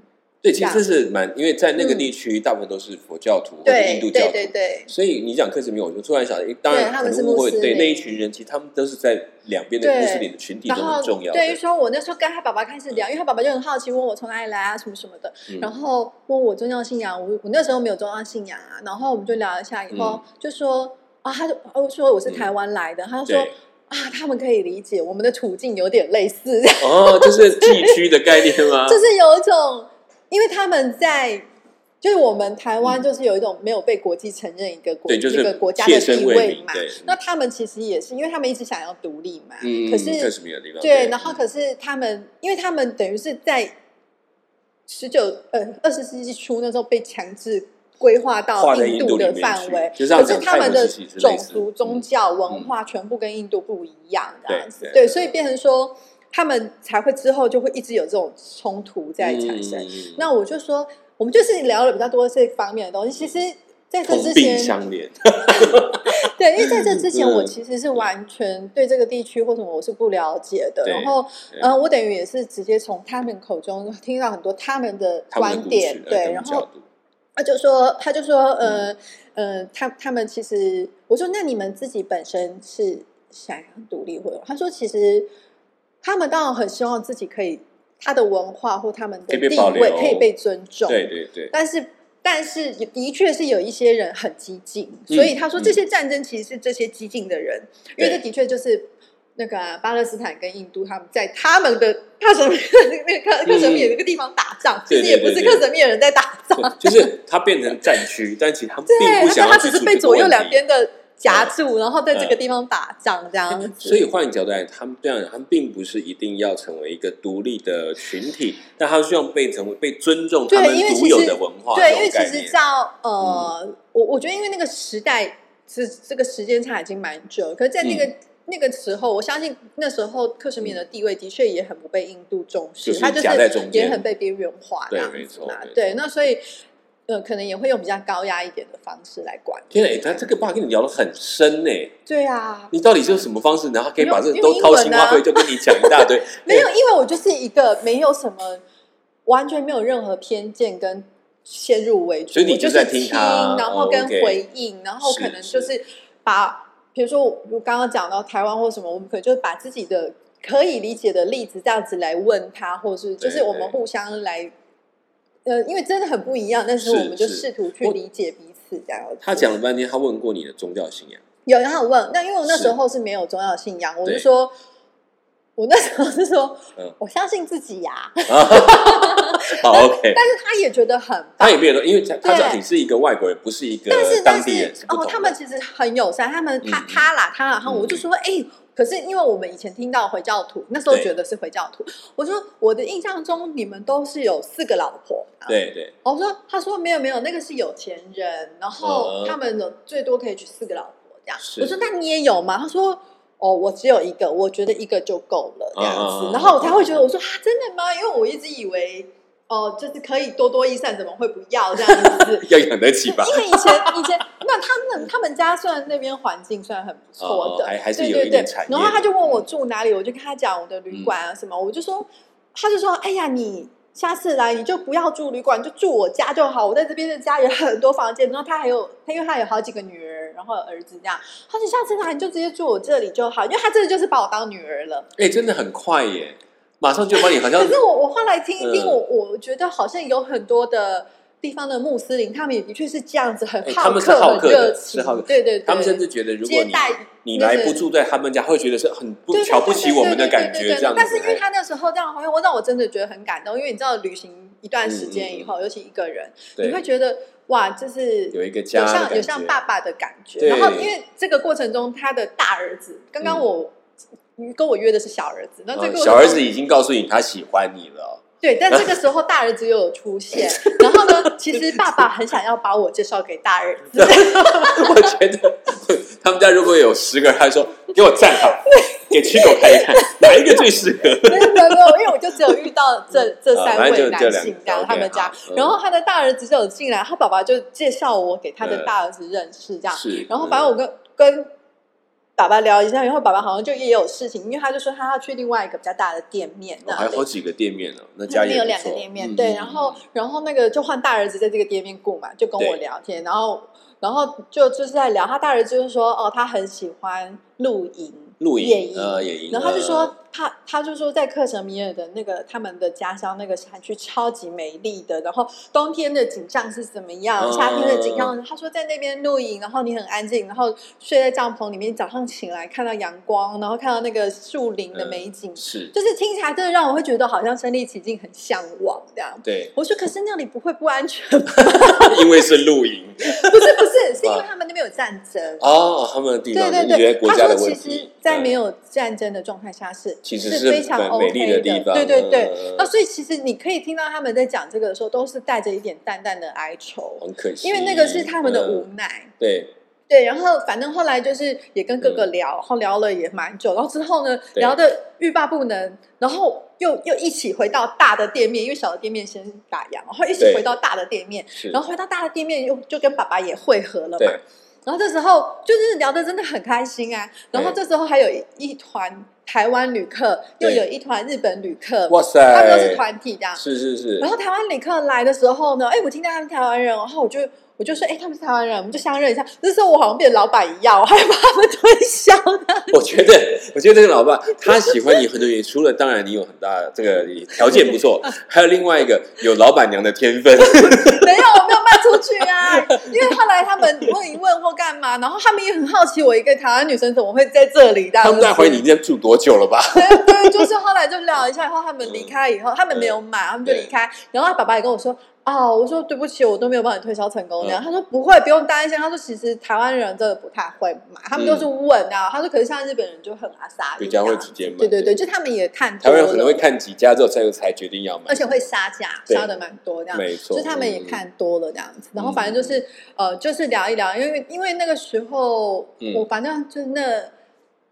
Speaker 1: 对，其实
Speaker 2: 这
Speaker 1: 这
Speaker 2: 样
Speaker 1: 是蛮，因为在那个
Speaker 2: 嗯
Speaker 1: 地区，大部分都是佛教徒或者印
Speaker 2: 对
Speaker 1: 度
Speaker 2: 对
Speaker 1: 教徒，
Speaker 2: 对对
Speaker 1: 所以你讲克什米尔，我就突然想，诶当然
Speaker 2: 对他
Speaker 1: 可
Speaker 2: 们
Speaker 1: 能
Speaker 2: 是
Speaker 1: 会不会
Speaker 2: 穆斯
Speaker 1: 对
Speaker 2: 林
Speaker 1: 那一群人，其实他们都是在两边的
Speaker 2: 对
Speaker 1: 穆斯林的群体
Speaker 2: 然
Speaker 1: 中
Speaker 2: 后
Speaker 1: 很重要的。
Speaker 2: 对，说我那时候跟他爸爸开始聊，因为他爸爸就很好奇，问我从哪里来啊，什么什么的。
Speaker 1: 嗯
Speaker 2: 然后问我宗教信仰，我我那时候没有宗教信仰啊，然后我们就聊一下，以
Speaker 1: 嗯
Speaker 2: 后、就说啊，他就哦说我是台湾来的，他就说
Speaker 1: 对
Speaker 2: 啊，他们可以理解我们的处境有点类似，
Speaker 1: 哦， *laughs* 就是地区的概念吗？
Speaker 2: *laughs* 就是有一种，因为他们在。就是我们台湾就是有一种没有被国际承认一个国
Speaker 1: 嗯对就是
Speaker 2: 一个国家的
Speaker 1: 切身
Speaker 2: 地
Speaker 1: 为
Speaker 2: 位
Speaker 1: 民
Speaker 2: 嘛
Speaker 1: 对，
Speaker 2: 那他们其实也是，因为他们一直想要独立嘛，
Speaker 1: 嗯，
Speaker 2: 可是
Speaker 1: 克什米尔地方
Speaker 2: 对，然后可是他们，因为他们等于是在十九呃二十世纪初那时候被强制规
Speaker 1: 划
Speaker 2: 划到
Speaker 1: 在
Speaker 2: 印
Speaker 1: 印度里
Speaker 2: 的
Speaker 1: 面
Speaker 2: 范
Speaker 1: 去
Speaker 2: 围，
Speaker 1: 就像
Speaker 2: 可是
Speaker 1: 讲
Speaker 2: 他们
Speaker 1: 泰国
Speaker 2: 的
Speaker 1: 时期之类
Speaker 2: 种
Speaker 1: 似
Speaker 2: 族、
Speaker 1: 嗯
Speaker 2: 宗教、文化全部跟印度不一样，这样子
Speaker 1: 对，对
Speaker 2: 对，所以变成说他们才会之后就会一直有这种冲突在产生。
Speaker 1: 嗯
Speaker 2: 那我就说，我们就是聊了比较多这方面的东西，其实。在这
Speaker 1: 同
Speaker 2: 之
Speaker 1: 病
Speaker 2: 前，
Speaker 1: 相怜，
Speaker 2: 对，因为在这之前，
Speaker 1: 嗯
Speaker 2: 我其实是完全对这个地区或什么我是不了解的。
Speaker 1: 对
Speaker 2: 然后
Speaker 1: 对，
Speaker 2: 呃，我等于也是直接从他们口中听到很多他们的
Speaker 1: 他们的嗯
Speaker 2: 观
Speaker 1: 故
Speaker 2: 点
Speaker 1: 事，
Speaker 2: 对，然后他就说，他就说，呃，呃，他他们其实，我说那你们自己本身是想要独立会有。他说，其实他们当然很希望自己可以，他的文化或他们
Speaker 1: 可
Speaker 2: 的
Speaker 1: 以被
Speaker 2: 地
Speaker 1: 保
Speaker 2: 位
Speaker 1: 留
Speaker 2: 可以被尊重，
Speaker 1: 对对对， *laughs*
Speaker 2: 但是，但是也的确是有一些人很激进，所以他说
Speaker 1: 嗯
Speaker 2: 这些战争其实是这些激进的人，因为这的确就是那个啊、巴勒斯坦跟印度他们在他们的克什米尔那个克克什米尔那个地方打仗，其
Speaker 1: 嗯对
Speaker 2: 实也不
Speaker 1: 对
Speaker 2: 是
Speaker 1: 对
Speaker 2: 克什米尔人在打仗，
Speaker 1: 对就是它变成战区，但其实他们并
Speaker 2: 对，
Speaker 1: 不
Speaker 2: 他说
Speaker 1: 想要
Speaker 2: 他
Speaker 1: 去
Speaker 2: 只
Speaker 1: 处理
Speaker 2: 是被
Speaker 1: 这个
Speaker 2: 左右
Speaker 1: 问
Speaker 2: 两
Speaker 1: 题
Speaker 2: 边的夹住，然后在这个
Speaker 1: 嗯
Speaker 2: 地方打仗这样子，
Speaker 1: 所以换一角度来，他们这样，他们并不是一定要成为一个独立的群体，但他们希望被成为被尊重
Speaker 2: 对
Speaker 1: 他们
Speaker 2: 因为其
Speaker 1: 独
Speaker 2: 实
Speaker 1: 有的文化
Speaker 2: 对，因
Speaker 1: 这
Speaker 2: 为
Speaker 1: 种
Speaker 2: 其
Speaker 1: 概
Speaker 2: 实
Speaker 1: 念。嗯
Speaker 2: 照呃，我我觉得因为那个时代是这个时间差已经蛮久了，可是在那个、
Speaker 1: 嗯
Speaker 2: 那个时候，我相信那时候克什米尔的地位的确也很不被印度重视，
Speaker 1: 就是
Speaker 2: 他就
Speaker 1: 夹在中
Speaker 2: 是也
Speaker 1: 间
Speaker 2: 很被边缘化这
Speaker 1: 对
Speaker 2: 样
Speaker 1: 没
Speaker 2: 子
Speaker 1: 错
Speaker 2: 嘛
Speaker 1: 没错
Speaker 2: 对，那所以呃，可能也会用比较高压一点的方式来管。
Speaker 1: 天哪，欸他这个爸跟你聊得很深呢，
Speaker 2: 对啊，
Speaker 1: 你到底是用什么方式，然后他可以把这
Speaker 2: 用
Speaker 1: 都
Speaker 2: 用
Speaker 1: 掏
Speaker 2: 英文
Speaker 1: 心
Speaker 2: 啊，
Speaker 1: 挖肺就跟你讲一大堆
Speaker 2: *laughs*
Speaker 1: 欸
Speaker 2: 没有，因为我就是一个没有什么，完全没有任何偏见跟先入为主，
Speaker 1: 所以你
Speaker 2: 我就
Speaker 1: 就在
Speaker 2: 是
Speaker 1: 听
Speaker 2: 听，
Speaker 1: 他
Speaker 2: 然后跟
Speaker 1: 哦，OK
Speaker 2: 回应，然后可能就是是把，比如说我刚刚讲到台湾或什么，我们可能就是把自己的可以理解的例子这样子来问他，或是就
Speaker 1: 对
Speaker 2: 是我们
Speaker 1: 对
Speaker 2: 互相来。呃，因为真的很不一样，但是
Speaker 1: 是
Speaker 2: 我们就是试图去
Speaker 1: 我
Speaker 2: 理解彼此这样子。
Speaker 1: 他讲了半天，他问过你的宗教信仰，
Speaker 2: 有，然后我问，那因为我那
Speaker 1: 是
Speaker 2: 时候是没有宗教信仰，我
Speaker 1: 对
Speaker 2: 就说，我那时候是说，
Speaker 1: 嗯
Speaker 2: *laughs* 我相信自己呀、
Speaker 1: 好 OK，
Speaker 2: 但是他也觉得很棒
Speaker 1: 他。也没有，因为他他
Speaker 2: 对
Speaker 1: 讲你是一个外国人，不是一个
Speaker 2: 但是但
Speaker 1: 当地人
Speaker 2: 是，
Speaker 1: 不
Speaker 2: 哦，
Speaker 1: 同
Speaker 2: 他们
Speaker 1: 的
Speaker 2: 其实很友善，他们
Speaker 1: 嗯
Speaker 2: 他
Speaker 1: 嗯
Speaker 2: 他啦他啦，然后我就说，哎，可是因为我们以前听到回教徒，那时候
Speaker 1: 对
Speaker 2: 觉得是回教徒，我说我的印象中你们都是有四个老婆，，
Speaker 1: 对对， *laughs*
Speaker 2: 哦我说他说没有没有，那个是有钱人，然后
Speaker 1: 嗯
Speaker 2: 他们有最多可以娶四个老婆这样。
Speaker 1: 是
Speaker 2: 我说那你也有吗？他说。哦，我只有一个，我觉得一个就够了这样
Speaker 1: 嗯嗯
Speaker 2: 子，
Speaker 1: 嗯
Speaker 2: 然后我才会觉得我说啊，真的吗？因为我一直以为哦，就是可以多多益善，怎么会不要这样子？
Speaker 1: 要养得起吧？
Speaker 2: 因为以前以前，那他们他们家虽然那边环境虽然很不错的，
Speaker 1: 哦还还是
Speaker 2: 对
Speaker 1: 有
Speaker 2: 对
Speaker 1: 一
Speaker 2: 对
Speaker 1: 点产，业嗯
Speaker 2: 然后他就问我住哪里，我就跟他讲我的旅馆啊什么，我就说，他就说，哎呀，你下次来你就不要住旅馆，你就住我家就好。我在这边的家有很多房间，然后他还有他，因为他有好几个女儿，然后有儿子这样。他说下次来你就直接住我这里就好，因为他真的就是把我当女儿了。
Speaker 1: 哎，真的很快耶，马上就把你好像
Speaker 2: 可是我我后来听一听，
Speaker 1: 嗯
Speaker 2: 我我觉得好像有很多的地方的穆斯林，他们也的确是这样子，很
Speaker 1: 哎
Speaker 2: 好
Speaker 1: 他们是好
Speaker 2: 很
Speaker 1: 客的
Speaker 2: 热情
Speaker 1: 是好客，
Speaker 2: 对对对，
Speaker 1: 他们甚至觉得，如果
Speaker 2: 接
Speaker 1: 你
Speaker 2: 待
Speaker 1: 你
Speaker 2: 就
Speaker 1: 来
Speaker 2: 是
Speaker 1: 不住在他们家，会觉得是很不
Speaker 2: 对对对
Speaker 1: 瞧不起我们的感
Speaker 2: 对对对
Speaker 1: 觉，
Speaker 2: 对
Speaker 1: 这样子。哎
Speaker 2: 但是因为他那时候这样的话，会让我真的觉得很感动，因为你知道，旅行一段时间以后，尤其一个人，你
Speaker 1: 嗯
Speaker 2: 会
Speaker 1: 哎对
Speaker 2: 觉得哇，就是
Speaker 1: 有一个家
Speaker 2: 有
Speaker 1: 的
Speaker 2: 像有
Speaker 1: 感
Speaker 2: 像
Speaker 1: 觉
Speaker 2: 爸爸的感觉。
Speaker 1: 对
Speaker 2: 然后因为这个过程中，他的大儿子，刚刚
Speaker 1: 嗯
Speaker 2: 我。跟我约的是小儿子，那这个
Speaker 1: 嗯
Speaker 2: 过程
Speaker 1: 小儿
Speaker 2: 中
Speaker 1: 子已经告诉你他喜欢你了， *laughs*
Speaker 2: 对，但这个时候大儿子又有出现，然后呢，其实爸爸很想要把我介绍给大儿
Speaker 1: *laughs*
Speaker 2: 子，
Speaker 1: 我觉得他们家如果有十个人，他说给我站
Speaker 2: *laughs*
Speaker 1: 好，给七狗看一看，哪一个最适合？
Speaker 2: 没有没有没有，因为我就只有遇到
Speaker 1: *laughs*
Speaker 2: 这这三
Speaker 1: 嗯反正
Speaker 2: 位
Speaker 1: 就这
Speaker 2: 男
Speaker 1: 两
Speaker 2: 性
Speaker 1: 个
Speaker 2: 这样
Speaker 1: OK，
Speaker 2: 他们家
Speaker 1: 好，嗯
Speaker 2: 然后他的大儿子就有进来，他爸爸就介绍我给他的
Speaker 1: 嗯
Speaker 2: 大儿子认识这样，
Speaker 1: 是，嗯
Speaker 2: 然后反正我跟跟爸爸聊一下，然后爸爸好像就也有事情，因为他就说他要去另外一个比较大的店面，这
Speaker 1: 哦
Speaker 2: 样
Speaker 1: 还有
Speaker 2: 子
Speaker 1: 好几个店面呢，那
Speaker 2: 他
Speaker 1: 家
Speaker 2: 们
Speaker 1: 也
Speaker 2: 有
Speaker 1: 不
Speaker 2: 两个
Speaker 1: 错
Speaker 2: 店面，
Speaker 1: 嗯
Speaker 2: 对，
Speaker 1: 嗯
Speaker 2: 然后然后那个就换大儿子在这个店面顾嘛，就跟我
Speaker 1: 对
Speaker 2: 聊天，然后然后就就是在聊，他大儿子就是说哦，他很喜欢露营，
Speaker 1: 露营
Speaker 2: 野营，
Speaker 1: 呃野营
Speaker 2: 然后他就
Speaker 1: 呃
Speaker 2: 说他他就说在克什米尔的那个他们的家乡那个山区超级美丽的，然后冬天的景象是怎么样，
Speaker 1: 嗯
Speaker 2: 夏天的景象，他说在那边露营，然后你很安静，然后睡在帐篷里面，早上醒来看到阳光，然后看到那个树林的
Speaker 1: 嗯
Speaker 2: 美景，
Speaker 1: 是，
Speaker 2: 就是听起来真的让我会觉得好像身临其境，很向往这样。
Speaker 1: 对， *laughs*
Speaker 2: 我说，可是那里不会不安全吗？ *laughs*
Speaker 1: 因为是露营
Speaker 2: 不是不是，是因为他们那边有战争。
Speaker 1: 哦，他们的地
Speaker 2: 对
Speaker 1: 方，
Speaker 2: 对
Speaker 1: 你觉
Speaker 2: 对
Speaker 1: 得，国
Speaker 2: 他
Speaker 1: 家
Speaker 2: 说
Speaker 1: 的
Speaker 2: 其
Speaker 1: 问
Speaker 2: 实
Speaker 1: 题，，嗯
Speaker 2: 在没
Speaker 1: 有
Speaker 2: 有战争的状态下是
Speaker 1: 其实
Speaker 2: 是非
Speaker 1: 很
Speaker 2: 常
Speaker 1: 美
Speaker 2: OK
Speaker 1: 丽的地方，
Speaker 2: 对对对。
Speaker 1: 嗯
Speaker 2: 哦那所以其实你可以听到他们在讲这个的时候，都是带着一点淡淡的哀愁，
Speaker 1: 很可惜，
Speaker 2: 因为那个是他们的
Speaker 1: 嗯
Speaker 2: 无奈。
Speaker 1: 对，
Speaker 2: 对，然后反正后来就是也跟哥哥聊，然后聊了也蛮久，然后之后呢
Speaker 1: 嗯对
Speaker 2: 聊的欲罢不能，然后又又一起回到大的店面，因为小的店面先打烊，然后一起
Speaker 1: 对
Speaker 2: 回到大的店面，
Speaker 1: 是，
Speaker 2: 然后回到大的店面又就跟爸爸也会合了嘛
Speaker 1: 对，
Speaker 2: 然后这时候就是聊的真的很开心啊。然后这时候还有一团台湾旅客，又
Speaker 1: 对
Speaker 2: 有一团日本旅客，
Speaker 1: 哇塞，
Speaker 2: 他们都是团体的啊。
Speaker 1: 是是是
Speaker 2: *laughs* 然，后台湾旅客来的时候呢，哎，我听到他们台湾人，然后我就我就说，哎，他们是台湾人，我们就相认一下。这时候我好像变老板一样，我还把他们推销呢。
Speaker 1: 我觉得，我觉得这个老爸他喜欢你很多原因，除了当然你有很大这个条件不
Speaker 2: *laughs*
Speaker 1: 错，还有另外一个有老板娘的天分，
Speaker 2: 没有，我没有卖出去啊，因为后来他们问一问或干嘛，然后他们也很好奇，我一个台湾女生怎么会在这里？
Speaker 1: 他们在怀疑你
Speaker 2: 你。
Speaker 1: 这样住多久了吧？
Speaker 2: 对对，就是后来就聊一下，然后他们离开以后，他们
Speaker 1: 嗯
Speaker 2: 没有买，他们就离开。然后他爸爸也跟我说：“哦，我说对不起，我都没有帮你推销成功。”这样
Speaker 1: 嗯
Speaker 2: 他说：“不会，不用担心。”他说：“其实台湾人真的不太会买，他们都是问啊。”他说：“可是像日本人就很阿萨，
Speaker 1: 嗯
Speaker 2: 啊
Speaker 1: 比较会直接买，
Speaker 2: 对对对，就他们也看
Speaker 1: 台
Speaker 2: 多
Speaker 1: 湾人可能会
Speaker 2: 了，
Speaker 1: 看几家之后才才决定要买
Speaker 2: 而，且会杀价，
Speaker 1: 对
Speaker 2: 杀的蛮多这样。”
Speaker 1: 没错，
Speaker 2: 就是他们也
Speaker 1: 嗯，
Speaker 2: 看多了这样子，然后反正就是、呃，就是聊一聊，因为因为那个时候、
Speaker 1: 嗯
Speaker 2: 我反正就那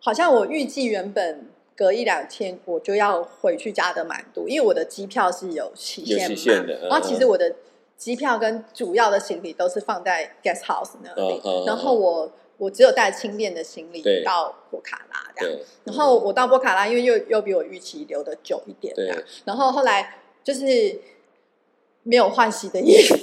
Speaker 2: 好像我预计原本隔一两天我就要回去加德满都，因为我的机票是有期限嘛，
Speaker 1: 有期限的嗯
Speaker 2: 然后其实我的机票跟主要的行李都是放在 guest house 那里，
Speaker 1: 嗯嗯嗯
Speaker 2: 然后我我只有带轻便的行
Speaker 1: 对
Speaker 2: 李到博卡拉这样，
Speaker 1: 对，
Speaker 2: 然后我到波卡拉，因为又又比我预期留的久一点、
Speaker 1: 对
Speaker 2: 啊，然后后来就是没有换洗的衣服，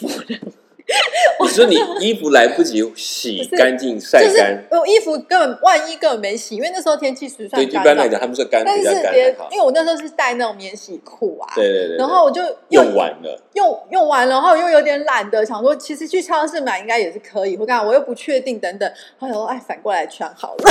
Speaker 1: 你说你衣服来不及洗
Speaker 2: *laughs* 不是
Speaker 1: 干净 *laughs* 晒
Speaker 2: 就是
Speaker 1: 干，
Speaker 2: 我衣服根本万一根本没洗，因为那时候天气实
Speaker 1: 对，
Speaker 2: 算
Speaker 1: 一
Speaker 2: 干
Speaker 1: 般来
Speaker 2: 燥，
Speaker 1: 讲他们说干
Speaker 2: 但
Speaker 1: 比较
Speaker 2: 是
Speaker 1: 干
Speaker 2: 别
Speaker 1: 还好，
Speaker 2: 因为我那时候是带那种免洗裤啊，
Speaker 1: 对对对，
Speaker 2: 然后我就又
Speaker 1: 用完了， *laughs*
Speaker 2: 用用完了，然后又有点懒得，想说其实去超市买应该也是可以，或干嘛，我又不确定等等，后来我哎反过来穿好了，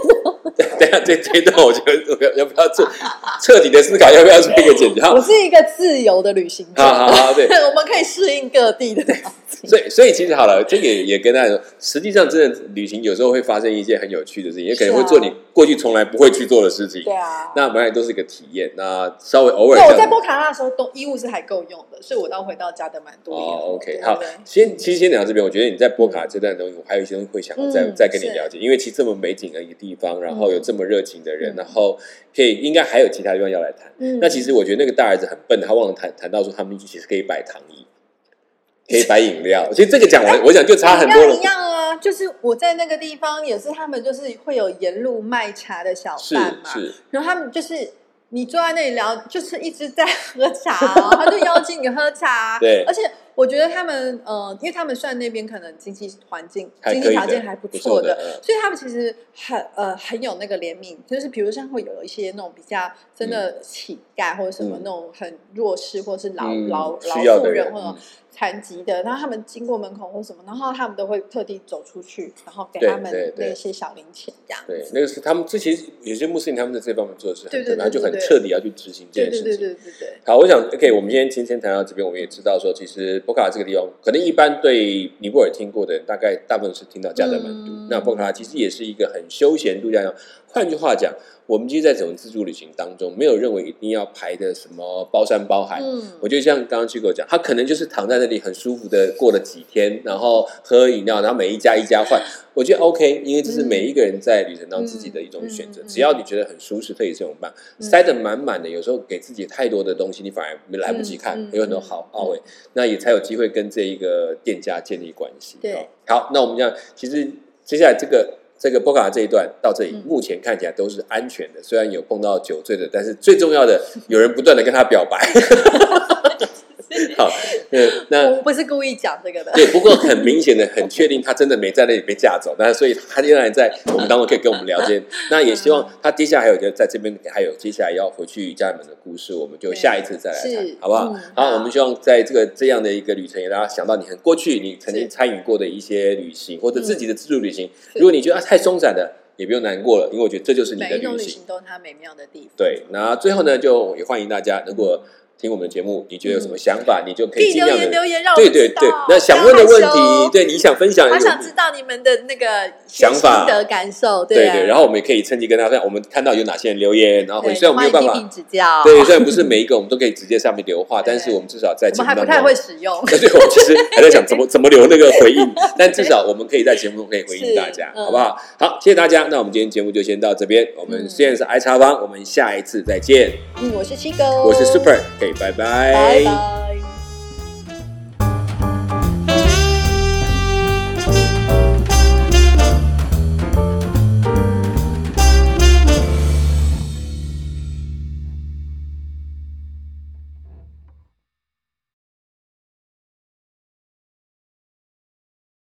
Speaker 1: *laughs* 等一啊下这这一段我觉得我要要不要做
Speaker 2: *laughs*
Speaker 1: 彻底的思考，要不要做一个解决？好
Speaker 2: 我是一个自由的旅行者，
Speaker 1: 好好好，对，
Speaker 2: *laughs* 我们可以适应各地的环
Speaker 1: *laughs*
Speaker 2: 境。
Speaker 1: 所以，所以其实好了，这个也也跟大家说，实际上真的旅行有时候会发生一些很有趣的事情，也可能会做你过去从来不会去做的事情。
Speaker 2: 啊对啊，
Speaker 1: 那本来都是一个体验，那稍微偶尔
Speaker 2: 对，我
Speaker 1: 这
Speaker 2: 在
Speaker 1: 样。
Speaker 2: 波卡拉的时候，都衣物是还够用的，所以我到回到家的蛮多
Speaker 1: 哦
Speaker 2: 的。
Speaker 1: ，OK，
Speaker 2: 对
Speaker 1: 好
Speaker 2: 对，
Speaker 1: 先其实先聊到这边，我觉得你在波卡这段东西，我还有一些东西会想要再、
Speaker 2: 嗯
Speaker 1: 再跟你
Speaker 2: 是
Speaker 1: 了解，因为其实这么美景的一个地方，然后有这么热情的人，
Speaker 2: 嗯
Speaker 1: 然后可以应该还有其他地方要来谈。
Speaker 2: 嗯
Speaker 1: 那其实我觉得那个大儿子很笨，他忘了谈谈到说他们其实可以摆躺椅，可以摆饮料。其实这个讲
Speaker 2: *laughs* 哎
Speaker 1: 完，我想就差很多了
Speaker 2: 一样一。样啊，就是我在那个地方也是，他们就是会有沿路卖茶的小
Speaker 1: 是
Speaker 2: 贩嘛，
Speaker 1: 是，
Speaker 2: 然后他们就是。你坐在那里聊，就是一直在喝茶、
Speaker 1: *laughs*
Speaker 2: 哦，他就邀请你喝茶、啊
Speaker 1: 对
Speaker 2: 而且我觉得他们，呃，因为他们算那边可能经济环境、
Speaker 1: 还
Speaker 2: 经
Speaker 1: 可
Speaker 2: 济
Speaker 1: 以
Speaker 2: 条
Speaker 1: 的
Speaker 2: 件还不
Speaker 1: 不
Speaker 2: 错
Speaker 1: 错
Speaker 2: 的，
Speaker 1: 的，嗯
Speaker 2: 所以他们其实很呃很有那个怜悯，就是比如像会有一些那种比较真的乞丐或者什么
Speaker 1: 嗯
Speaker 2: 那种很弱势或是老、
Speaker 1: 嗯
Speaker 2: 老老
Speaker 1: 需要
Speaker 2: 妇
Speaker 1: 的
Speaker 2: 人
Speaker 1: 人
Speaker 2: 或者
Speaker 1: 嗯
Speaker 2: 残疾的，然后他们经过门口或什么，然后他们都会特地走出去，然后给
Speaker 1: 对
Speaker 2: 他们
Speaker 1: 对
Speaker 2: 那
Speaker 1: 对
Speaker 2: 些小零钱这样
Speaker 1: 对，
Speaker 2: 子。
Speaker 1: 那个是他们这其实有些穆斯林他们在这方面做的是
Speaker 2: 对
Speaker 1: 很
Speaker 2: 对对
Speaker 1: 特别，他就很
Speaker 2: 对对
Speaker 1: 彻底要去执行这
Speaker 2: 对
Speaker 1: 件
Speaker 2: 对
Speaker 1: 事
Speaker 2: 对
Speaker 1: 情。
Speaker 2: 对对对，
Speaker 1: 好，我想，OK，我们今天今天谈到这边，我们也知道说，其实博卡拉这个地方，可能一般对尼泊尔听过的人，大概大部分是听到加德满都。
Speaker 2: 嗯
Speaker 1: 那博卡拉其实也是一个很休闲度假地方。换句话讲，我们其实，在整个自助旅行当中，没有认为一定要排的什么包山包海，
Speaker 2: 嗯
Speaker 1: 我，觉得像刚刚 c h 讲，他可能就是躺在那里很舒服的过了几天，然后喝饮料，然后每一家一家换。我觉得 OK，因为这是每一个人在旅程当中自己的一种选择。
Speaker 2: 嗯嗯嗯
Speaker 1: 只要你觉得很舒适，可以这种办。塞得满满的，有时候给自己太多的东西，你反而没来不及看，
Speaker 2: 嗯嗯
Speaker 1: 有很多好懊悔。那也才有机会跟这一个店家建立关系。
Speaker 2: 对
Speaker 1: 哦，好，那我们这样，其实接下来这个。这个波卡这一段到这里
Speaker 2: 嗯，
Speaker 1: 目前看起来都是安全的，虽然有碰到酒醉的，但是最重要的，有人不断的跟他表白，好，呃，那
Speaker 2: 我不是故意讲这个的。
Speaker 1: 对，不过很明显的，很确定他真的没在那里被架走，那所以他依然在我们当中可以跟我们聊天。那也希望他接下来还有就在这边还有接下来要回去家里面的故事，我们就下一次再来谈
Speaker 2: 是，
Speaker 1: 好不好
Speaker 2: 嗯？
Speaker 1: 好，
Speaker 2: 好
Speaker 1: 我们希望在这个这样的一个旅程，也让大家想到你很过去你曾经
Speaker 2: 是嗯
Speaker 1: 参与过的一些旅行或者自己的自助旅行。
Speaker 2: 是
Speaker 1: 如果你觉得啊太松散的，也不用难过了，因为我觉得这就是你
Speaker 2: 每
Speaker 1: 的
Speaker 2: 一种
Speaker 1: 旅
Speaker 2: 旅
Speaker 1: 行。
Speaker 2: 行都有它美妙的地方。
Speaker 1: 对，那最后呢，就也欢迎大家，如果听我们的节目，你觉得有什么想法，你就可
Speaker 2: 嗯可以
Speaker 1: 以尽
Speaker 2: 留
Speaker 1: 量
Speaker 2: 言
Speaker 1: 的。
Speaker 2: 留言让我
Speaker 1: 对
Speaker 2: 们
Speaker 1: 对
Speaker 2: 知道
Speaker 1: 对，那想问的问
Speaker 2: 不要害
Speaker 1: 题
Speaker 2: 羞，
Speaker 1: 对你想分享，
Speaker 2: 好想知道你们的那个
Speaker 1: 想法
Speaker 2: 心得感受，
Speaker 1: 对
Speaker 2: 啊
Speaker 1: 对，然后我们也可以趁机跟大家分享，我们看到有哪些人留言，然后回
Speaker 2: 对
Speaker 1: 虽然我们没有办
Speaker 2: 欢
Speaker 1: 法
Speaker 2: 迎批，评指教，
Speaker 1: 对，虽然不是每一个我们都可以直接上面留话，但是我们至少在
Speaker 2: 我
Speaker 1: 节目
Speaker 2: 们还
Speaker 1: 当
Speaker 2: 不
Speaker 1: 中，
Speaker 2: 太会使用。
Speaker 1: 对 *laughs* 对，我们其实还在想
Speaker 2: *laughs*
Speaker 1: 怎么怎么留那个回应，但至少我们可以在节目中可以回应大家，
Speaker 2: 是嗯
Speaker 1: 好不好？好，谢谢大家，那我们今天节目就先到这边，我们
Speaker 2: 嗯
Speaker 1: 虽然是 I 叉方，我们下一次再见，
Speaker 2: 嗯，我是七哥，
Speaker 1: 我是 Super，可以拜
Speaker 2: 拜拜。